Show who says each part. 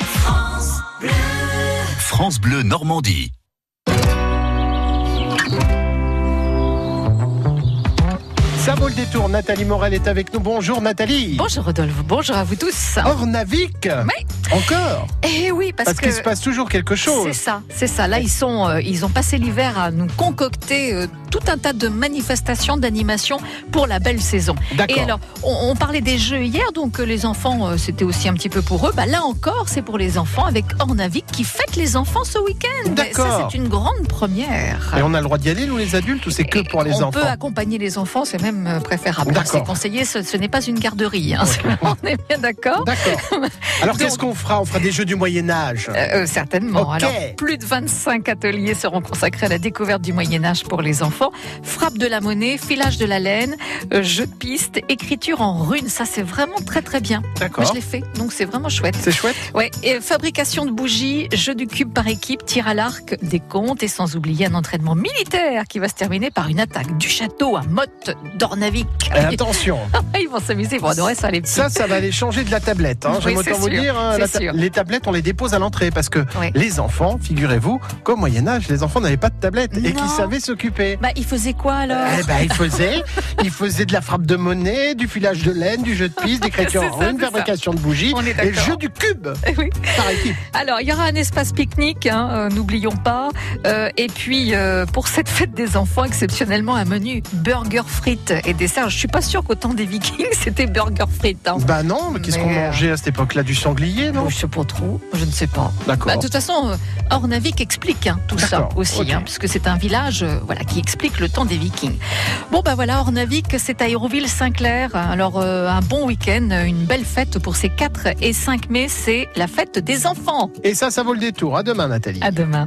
Speaker 1: France Bleu. France Bleu Normandie.
Speaker 2: Ça vaut le détour. Nathalie Morel est avec nous. Bonjour Nathalie.
Speaker 3: Bonjour Rodolphe, bonjour à vous tous.
Speaker 2: Ornavic
Speaker 3: Oui.
Speaker 2: Encore
Speaker 3: Eh oui, parce,
Speaker 2: Parce qu'il se passe toujours quelque
Speaker 3: C'est
Speaker 2: chose.
Speaker 3: ça, c'est ça. Là, ils sont, euh, ils ont passé l'hiver à nous concocter euh, tout un tas de manifestations, d'animations pour la belle saison. Et
Speaker 2: D'accord.
Speaker 3: alors, on, on parlait des jeux hier, donc euh, les enfants, euh, c'était aussi un petit peu pour eux. Bah, là encore, c'est pour les enfants avec Ornavic qui fête les enfants ce week-end. Ça,
Speaker 2: D'accord.
Speaker 3: c'est une grande première.
Speaker 2: Et on a le droit d'y aller, nous les adultes, ou c'est que pour les
Speaker 3: on peut
Speaker 2: enfants
Speaker 3: accompagner les enfants, c'est même euh, préférable.
Speaker 2: D'accord.
Speaker 3: C'est conseillé, ce, ce n'est pas une garderie. hein. on est bien d'accord
Speaker 2: D'accord. Alors
Speaker 3: Donc-
Speaker 2: qu'est-ce qu'on fera On fera des jeux du Moyen Âge.
Speaker 3: Euh, euh, certainement.
Speaker 2: Ok.
Speaker 3: Alors, plus de 25 ateliers seront consacrés à la découverte du Moyen Âge pour les enfants. Frappe de la monnaie, filage de la laine, euh, jeu de piste, écriture en runes. Ça, c'est vraiment très très bien. Moi, je
Speaker 2: D'accord.
Speaker 3: l'ai fait, donc c'est vraiment chouette.
Speaker 2: C'est chouette.
Speaker 3: Ouais. Et fabrication de bougies, jeu du cube par équipe, tir à l'arc, des comptes et sans oublier un entraînement militaire qui va se terminer par une attaque du château à Motte d'Ornavic.
Speaker 2: Et Euh, attention,
Speaker 3: Ils vont s'amuser, ils vont adorer ça les petits.
Speaker 2: ça, ça va les changer de la tablette. hein.
Speaker 3: Oui,
Speaker 2: J'aime
Speaker 3: c'est
Speaker 2: autant vous
Speaker 3: sûr,
Speaker 2: dire, hein,
Speaker 3: c'est
Speaker 2: la ta-
Speaker 3: sûr.
Speaker 2: les tablettes, on les dépose à l'entrée parce que
Speaker 3: Ouais.
Speaker 2: les enfants, figurez-vous, qu'au Moyen Âge, les enfants n'avaient pas de tablette et
Speaker 3: Non.
Speaker 2: qu'ils savaient s'occuper.
Speaker 3: Bah, ils faisaient quoi alors
Speaker 2: Eh ben, il faisait, il faisait de la frappe de monnaie, du filage de laine, du jeu de piste, d'écriture
Speaker 3: C'est
Speaker 2: en
Speaker 3: ça,
Speaker 2: rune,
Speaker 3: c'est ça.
Speaker 2: fabrication de bougies
Speaker 3: On est
Speaker 2: et le
Speaker 3: d'accord. Eh
Speaker 2: jeu du cube
Speaker 3: Oui.
Speaker 2: par équipe.
Speaker 3: Alors, il y aura un espace pique-nique, hein, euh, n'oublions pas. Euh, et puis, euh, pour cette fête des enfants, exceptionnellement, un menu burger frites et dessert. Je suis pas sûre qu'au temps des Vikings, c'était burger frites. Hein.
Speaker 2: Bah non, mais qu'est-ce qu'on
Speaker 3: Mais, euh,
Speaker 2: mangeait à cette époque-là Du sanglier, non
Speaker 3: Bon, je sais pas trop, je ne sais pas. Bah,
Speaker 2: D'accord.
Speaker 3: de toute façon, euh, Ornavik explique hein, tout ça
Speaker 2: D'accord,
Speaker 3: aussi,
Speaker 2: ok.
Speaker 3: hein, puisque c'est un village euh, voilà, qui explique le temps des Vikings. Bon, bah voilà, Ornavik, c'est à Hérouville-Saint-Clair. Alors, euh, un bon week-end, une belle fête pour ces 4 et 5 mai, c'est la fête des enfants.
Speaker 2: Et ça, ça vaut le détour. À demain, Nathalie.
Speaker 3: À demain.